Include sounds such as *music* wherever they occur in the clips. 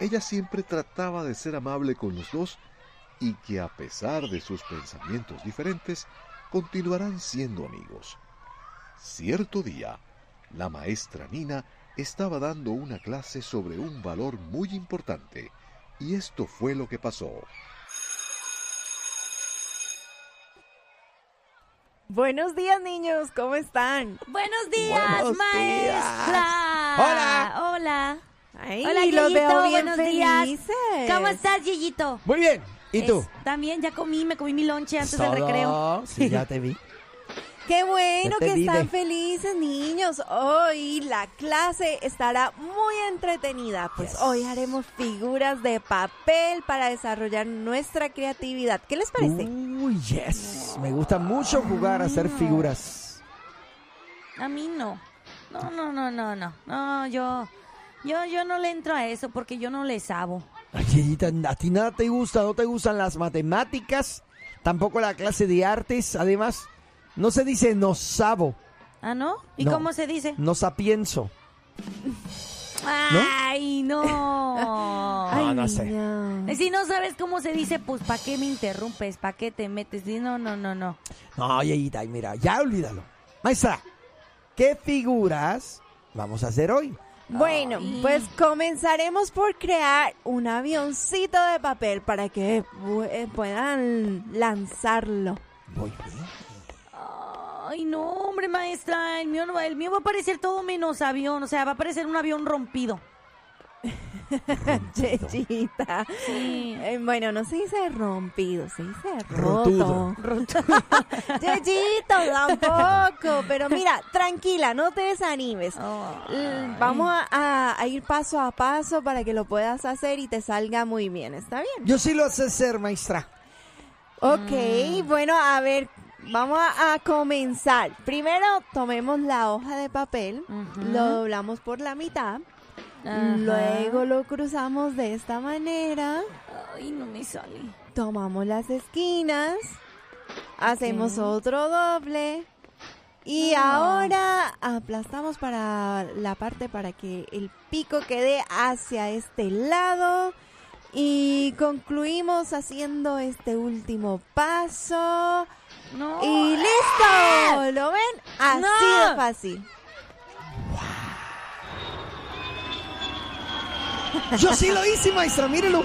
Ella siempre trataba de ser amable con los dos y que a pesar de sus pensamientos diferentes, continuarán siendo amigos. Cierto día, la maestra Nina estaba dando una clase sobre un valor muy importante, y esto fue lo que pasó. Buenos días, niños, ¿cómo están? Buenos días, Buenos maestra. días. Hola. Hola. Ay, Hola, los Yeyito, veo bien buenos días. felices. ¿Cómo estás, Yeyito? Muy bien. ¿Y tú? Es- también ya comí, me comí mi lonche antes del Solo- recreo. Sí, *laughs* ya te vi. Qué bueno Ya te que vi están de- felices, niños. Hoy la clase estará muy entretenida, pues hoy haremos figuras de papel para desarrollar nuestra creatividad. ¿Qué les Uh. parece? Uy, yes. Me gusta mucho jugar a hacer figuras. A mí no. No, no, no, no, no. No, yo, yo, yo no le entro a eso porque yo no le sabo. Ay, Yeyita, a ti nada te gusta, no te gustan las matemáticas, tampoco la clase de artes. Además, no se dice no sabo, ¿Ah, no? ¿Y No. cómo se dice? no sapienso. Ay, no. *laughs* No, no sé. niños. Si no sabes cómo se dice, pues ¿para qué me interrumpes? ¿Para qué te metes? Di, No, no, no, no. No, Yeyita, y mira, ya olvídalo. Maestra, ¿qué figuras vamos a hacer hoy? Bueno, pues comenzaremos por crear un avioncito de papel para que pu- puedan lanzarlo. Muy bien. Ay, no, hombre, maestra. El mío, no va- el mío va a parecer todo menos avión. O sea, va a parecer un avión rompido. Chechita. Sí. Eh, bueno, no se dice rompido, se dice roto. Rotudo. *laughs* Chechito, tampoco. Pero mira, tranquila, no te desanimes. L- Vamos a, a- a ir paso a paso para que lo puedas hacer y te salga muy bien, ¿está bien? Yo sí lo sé hacer, maestra. Mm. Ok, bueno, a ver, vamos a, a comenzar. Primero tomemos la hoja de papel, Ujú. lo doblamos por la mitad, Ajá. luego lo cruzamos de esta manera. Ay, no me sale. Tomamos las esquinas, hacemos otro doble y ahora aplastamos para la parte para que el pico quede hacia este lado y concluimos haciendo este último paso No. y listo, ¿lo ven? Así ¡Oh! No. de fácil. Yo sí lo hice, maestra, mírelo.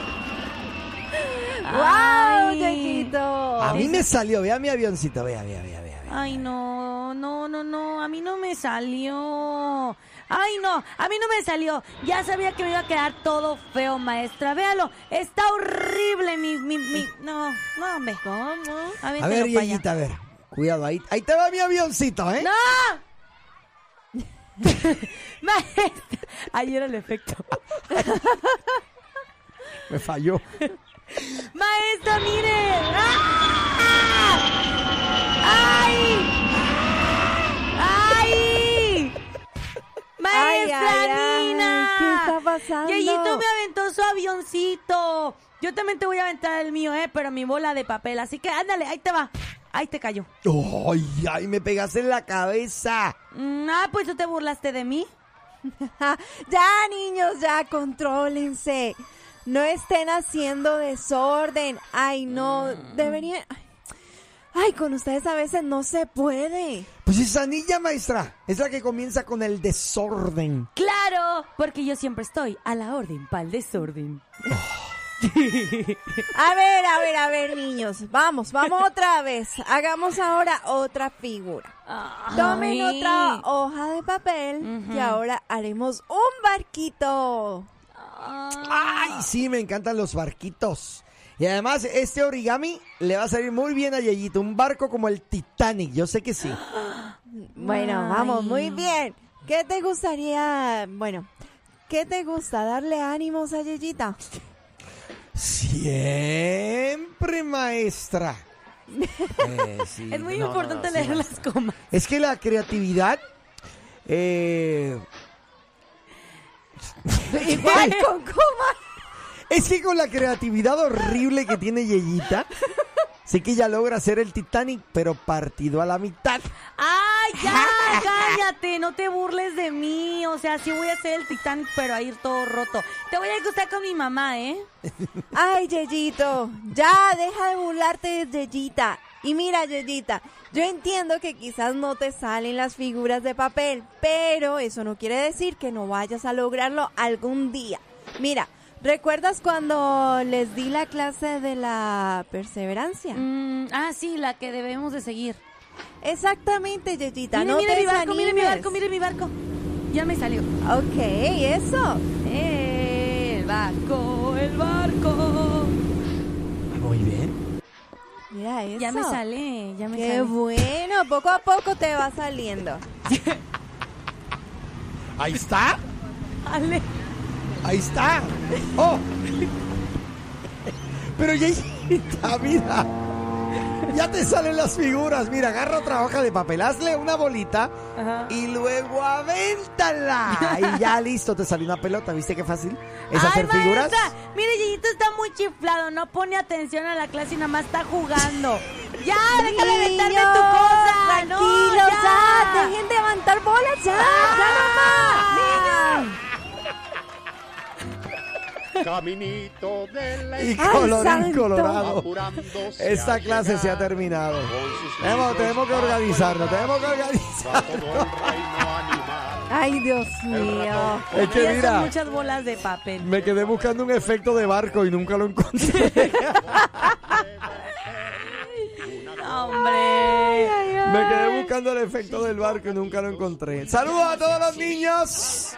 ¡Wow, Ay. A Yayito! mí me salió, vea mi avioncito, vea, vea, vea, vea. vea. Ay, no, no, no, no. A mí no me salió. Ay, no, a mí no me salió. Ya sabía que me iba a quedar todo feo, maestra. Véalo, está horrible mi, mi, mi. No, no, me. ¿Cómo? A ver, Yeyita, a ver. Cuidado, ahí, ahí te va mi avioncito, ¿eh? *laughs* Maestra. Ahí era el efecto. Me falló. Maestra, mire. ¡Ah! ¡Ay! Ay, ¡Ay! Maestra ay, ay, Nina. ¿qué está pasando? Yeyito me aventó su avioncito. Yo también te voy a aventar el mío, eh, pero mi bola de papel. Así que ándale, ahí te va. Ahí te cayó. ¡Ay, ay! Me pegaste en la cabeza. Mm, ah, pues tú te burlaste de mí. ya, niños, ya, contrólense. No estén haciendo desorden. Ay, no, deberían... Ay, Ay, con ustedes a veces no se puede. Pues esa niña, maestra, es la que comienza con el desorden. Claro, porque yo siempre estoy a la orden, pal desorden. A ver, a ver, a ver, niños. Vamos, vamos otra vez. Hagamos ahora otra figura. Tomen Ay. otra hoja de papel y ahora haremos un barquito. ¡Ay, sí! Me encantan los barquitos. Y además, este origami le va a salir muy bien a Yayito. Un barco como el Titanic, yo *gasps* sé que sí. Bueno, vamos, Ay. muy bien. ¿Qué te gustaría? Bueno, ¿qué te gusta? ¿Darle ánimos a *laughs* Yeyita? *laughs* Siempre, maestra. Eh, sí, Es muy no, no, importante no, sí, leer las comas. Es que la creatividad. eh, Igual con coma. *laughs* es que con la creatividad horrible que tiene Yeyita, sé que ella logra hacer el Titanic, pero partido a la mitad. ¡Ay, *laughs* ya! ¡Cállate! No te burles de mí. O sea, sí voy a hacer el Titanic, pero a ir todo roto. Te voy a gustar con mi mamá, ¿eh? Ay, Yeyito, ya deja de burlarte de Yeyita. Y mira, Yeyita, yo entiendo que quizás no te salen las figuras de papel, pero eso no quiere decir que no vayas a lograrlo algún día. Mira, ¿recuerdas cuando les di la clase de la perseverancia? Mm, ah, sí, la que debemos de seguir. Exactamente, Yeyita, Mire, no mire te mi barco, mire mi desanimes. barco, mire mi barco. Ya me salió. Ok, eso. El barco, el barco. Muy bien. Mira eso. Ya me sale, ya me Qué sale. bueno, poco a poco te va saliendo. Ahí está. Ale. Ahí está. ¡Oh! Pero Yeyita, mira. Ya te salen las figuras. Mira, agarra otra hoja de papel, hazle una bolita Ajá. y luego avéntala. Y ya listo, te salió una pelota. ¿Viste qué fácil es Ay, hacer figuras? maestra, Mire, Yeyito está muy chiflado, no pone atención a la clase y nada más está *laughs* jugando. ¡Ya, deja de aventarme tu cosa! ¡No, Tranquilos, ya. ya! dejen de levantar bolas, ya, Ah. ya nomás, niños. Caminito de la *laughs* Y Ay, colorín santo. colorado. apurándose a Esta clase se ha llegar. terminado. Con sus Tenemos, libros tenemos que bajo el organizarnos, brazo, tenemos que va organizarnos. todo el reino animal. Ay, Dios mío. *laughs* Es Ya que son mira, muchas bolas de papel. me quedé buscando un efecto de barco y nunca lo *laughs* encontré. ¡Hombre! Me quedé buscando el efecto del barco y nunca lo encontré. Saludos a todos los niños.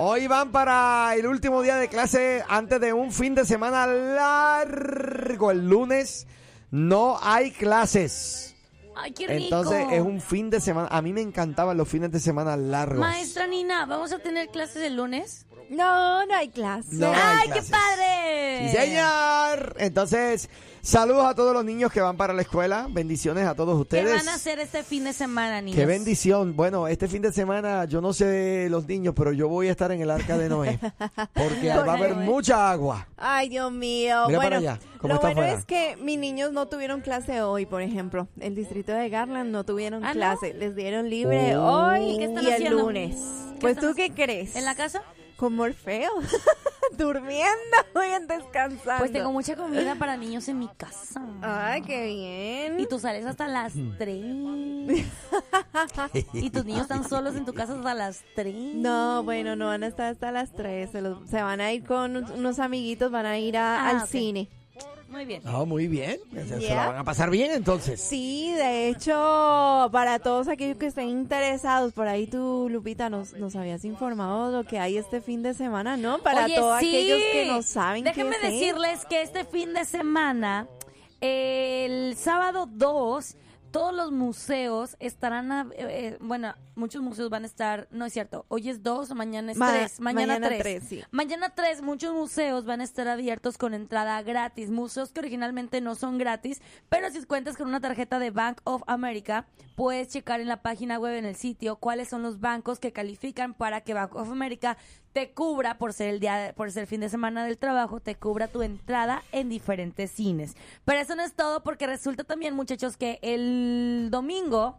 Hoy van para el último día de clase antes de un fin de semana largo. El lunes no hay clases. ¡Ay, qué rico! Entonces es un fin de semana. A mí me encantaban los fines de semana largos. Maestra Nina, ¿vamos a tener clases el lunes? No, no hay clase. No hay ¡Ay, clases. qué padre! Sí, señor. Entonces, saludos a todos los niños que van para la escuela. Bendiciones a todos ¿Qué ustedes. van a hacer este fin de semana, niños? Qué bendición. Bueno, este fin de semana, yo no sé los niños, pero yo voy a estar en el arca de Noé. Porque va a haber Noé. mucha agua. Ay, Dios mío. Mira bueno, para allá, ¿cómo lo está bueno afuera? es que mis niños no tuvieron clase hoy, por ejemplo. El distrito de Garland no tuvieron ¿Ah, no? clase. Les dieron libre Oh. hoy ¿Y qué están y el haciendo? lunes. ¿Qué Pues están tú qué crees? ¿En la casa? Con Morfeo. *laughs* Durmiendo y en descansando. Pues tengo mucha comida para niños en mi casa. Ay, qué bien. Y tú sales hasta las 3. y tus niños están solos en tu casa hasta las 3. No, bueno, no van a estar hasta las 3. Se, los- se van a ir con un- unos amiguitos, van a ir a- Ah, al ok. cine. Muy bien. No, muy bien. Se, se Yeah. la van a pasar bien entonces. Sí, de hecho, para todos aquellos que estén interesados, por ahí tú, Lupita, nos, nos habías informado lo que hay este fin de semana, ¿no? Para Oye, todos sí. aquellos que no saben qué Déjenme es, ¿eh? decirles que este fin de semana, el sábado 2, todos los museos estarán, a- eh, eh, bueno, muchos museos van a estar, no es cierto, hoy es 2, mañana es Ma- 3, mañana mañana 3. tres, sí. Mañana 3, muchos museos van a estar abiertos con entrada gratis. Museos que originalmente no son gratis, pero si cuentas con una tarjeta de Bank of America, puedes checar en la página web, en el sitio, cuáles son los bancos que califican para que Bank of America te cubra por ser el día, por ser el fin de semana del trabajo, te cubra tu entrada en diferentes cines. Pero eso no es todo, porque resulta también, muchachos, que el domingo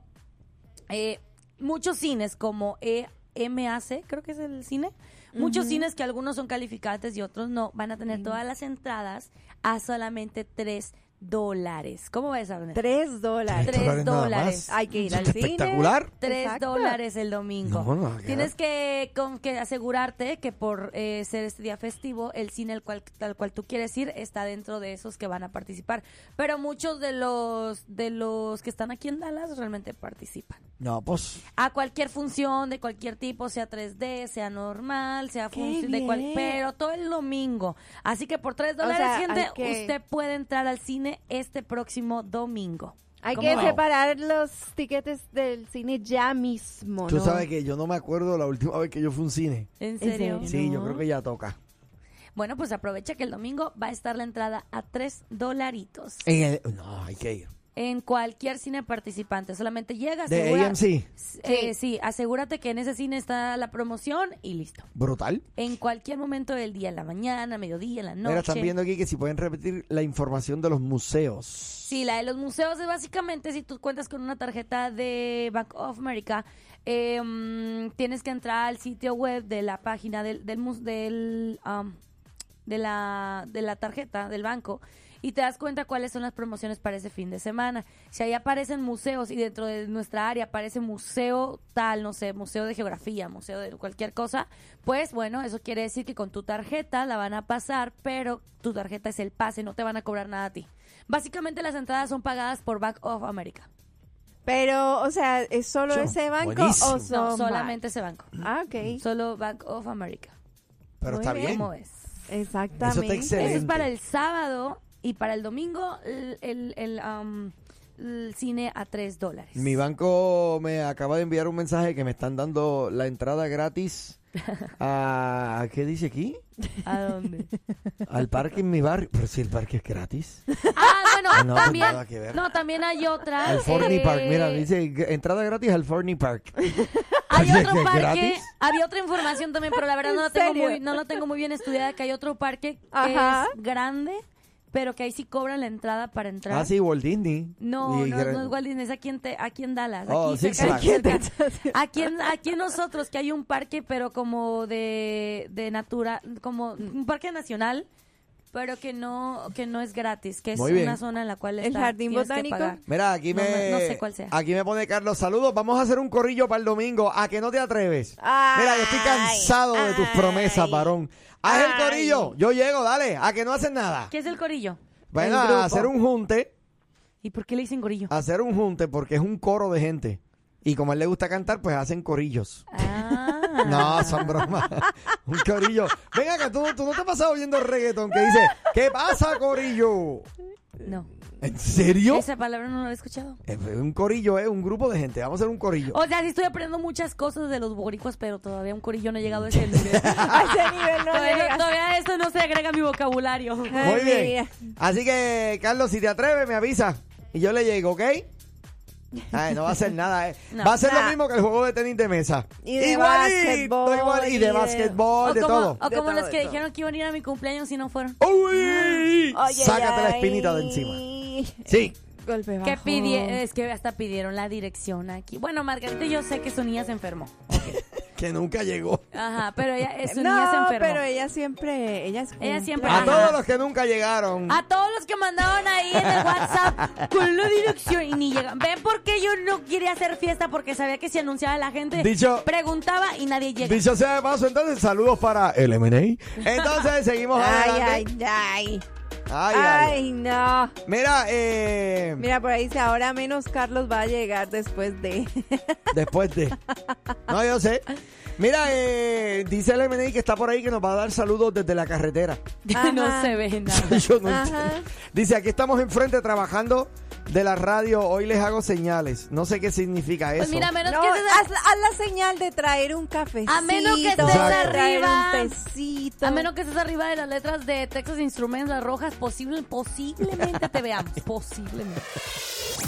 eh, muchos cines como E EMAC, creo que es el cine, muchos cines que algunos son calificantes y otros no, van a tener todas las entradas a solamente 3 dólares. ¿Cómo ves, Arnel? Tres dólares. Tres dólares nada dólares. más. Hay que ir al cine. Espectacular. Tres Exacto. dólares el domingo. No, no, ya. Tienes que, con- que asegurarte que por eh, ser este día festivo, el cine al cual, tal cual tú quieres ir está dentro de esos que van a participar. Pero muchos de los, de los que están aquí en Dallas realmente participan. No, pues. A cualquier función de cualquier tipo, sea 3D, sea normal, sea ¡Qué función de cual, bien! pero todo el domingo. Así que por tres sea, dólares, gente, hay que- usted puede entrar al cine este próximo domingo. Hay ¿Cómo que va? separar los tiquetes del cine ya mismo. Tú ¿no? sabes que yo no me acuerdo la última vez que yo fui a un cine. ¿En serio? serio? Sí, yo No. creo que ya toca. Bueno, pues aprovecha que el domingo va a estar la entrada a tres dolaritos En el- no, hay que ir. en cualquier cine participante. Solamente llegas. De AMC. Sí. eh, sí, asegúrate que en ese cine está la promoción y listo. Brutal. En cualquier momento del día, en la mañana, mediodía, en la noche. Mira, están viendo aquí que si pueden repetir la información de los museos. Sí, la de los museos es básicamente si tú cuentas con una tarjeta de Bank of America, eh, mm, tienes que entrar al sitio web de la página del, del, mus- del, am, de, la, de la tarjeta del banco y te das cuenta cuáles son las promociones para ese fin de semana. Si ahí aparecen museos y dentro de nuestra área aparece museo tal, no sé, museo de geografía, museo de cualquier cosa, pues bueno, eso quiere decir que con tu tarjeta la van a pasar, pero tu tarjeta es el pase, no te van a cobrar nada a ti. Básicamente las entradas son pagadas por Bank of America. Pero, o sea, ¿es solo Yo- ese banco buenísimo. o No, son No, solamente ese banco. varios? Ah, ok. Solo Bank of America. Pero Muy está bien. bien. ¿Cómo es? Exactamente. Eso está excelente. Eso es para el sábado y para el domingo el, el- el, am, el cine a tres dólares. Mi banco me acaba de enviar un mensaje que me están dando la *laughs* entrada gratis a... ¿Qué dice aquí? ¿A *laughs* dónde? Al parque en mi barrio. Pero si el parque es gratis. ah, bueno, Ah, no, pues también, nada que ver. no, también hay otra. Al Forney eh, Park. Mira, dice "G- entrada gratis al Forney Park. Hay Oye, otro ¿que parque, gratis? había otra información también, pero la verdad no ¿En la tengo serio? muy, no la tengo muy bien estudiada, que hay otro parque que Ajá. es grande, pero que ahí sí cobran la entrada para entrar. Ah, sí, Walt Disney. No, Y no, gra- no es Walt Disney, es aquí en, te- aquí en Dallas. Oh, aquí, Six cerca- Flags. ¿Quién cerca- *laughs* te hace? aquí, en, aquí en nosotros, que hay un parque, pero como de, de natura, como un parque nacional, pero que no, que no es gratis, que es Muy bien. una zona en la cual ¿El está, jardín tienes que botánico? pagar. Mira, aquí No, me, no- no sé cuál sea. Aquí me pone Carlos, saludos. Vamos a hacer un corrillo para el domingo. ¿A que no te atreves? Ay, Mira, yo estoy cansado de tus ay. promesas, varón. Haz el Ay. corrillo. Yo llego, dale. ¿A que no haces nada? ¿Qué es el corillo? Van El a grupo. hacer un junte. ¿Y por qué le dicen corillo? Hacer un junte porque es un coro de gente. Y como a él le gusta cantar, pues hacen corrillos. Ah. No, son bromas. *laughs* un corillo. Venga acá, tú, tú no te has pasado oyendo reggaetón que dice, ¿qué pasa, corillo? No. ¿En serio? Esa palabra no la he escuchado. Eh, Un corillo es un grupo de gente. Vamos a hacer un corillo. O sea, sí estoy aprendiendo muchas cosas de los boricuas, pero todavía un corillo no ha llegado a ese *laughs* nivel. *laughs* A ese nivel no todavía, llegas. todavía esto no se agrega a mi vocabulario. *laughs* Ay, Muy mi vida. bien. Así que, Carlos, si te atreves, me avisa. Y yo le llego, ¿ok? Ay, no va a ser nada, eh. No. va a ser lo Nah. mismo que el juego de tenis de mesa. Y de básquetbol, igual, y y de de- básquetbol, o de como, todo. Oh. O De como todo, los que de todo. dijeron que iban a ir a mi cumpleaños y no fueron. ¡Uy! Oye, Sácate la ay. espinita de encima. Sí. *laughs* Golpe bajo. Que eh, pidie- es que hasta pidieron la dirección aquí. Bueno, Margarita, yo sé que su niña se enfermó. Que nunca llegó. Ajá, pero ella, eh, su niña se *laughs* No, enfermó. pero ella siempre, ella, es Ella siempre- A Ajá. todos los que nunca llegaron. Ah, A todos los que mandaron ahí en el WhatsApp con la dirección y ni llegan. ¿Ven por qué yo no quería hacer fiesta? Porque sabía que si anunciaba la gente, Dicho- preguntaba y nadie llega. Dicho sea de paso, entonces, saludos para el M&A. *laughs* Entonces, seguimos Ay, ay, adelante. ay. Ay, ay. Ay, no. Mira, eh, Mira, *laughs* por ahí dice, ahora menos Carlos va a llegar después de... Después de. No, yo sé. Mira, eh, dice el MNI que está por ahí que nos va a dar saludos desde la carretera. *laughs* *laughs* no Ajá. se ve nada. Yo no Ajá. entiendo. Dice, aquí estamos enfrente trabajando de la radio. Hoy les hago señales. No sé qué significa eso. Pues mira, a menos No, que estés a- haz, haz la señal de traer un cafecito. A menos que estés traer arriba. un tecito. A menos que estés arriba de las letras de Texas Instruments, las rojas, posible, posiblemente te veamos. Posiblemente.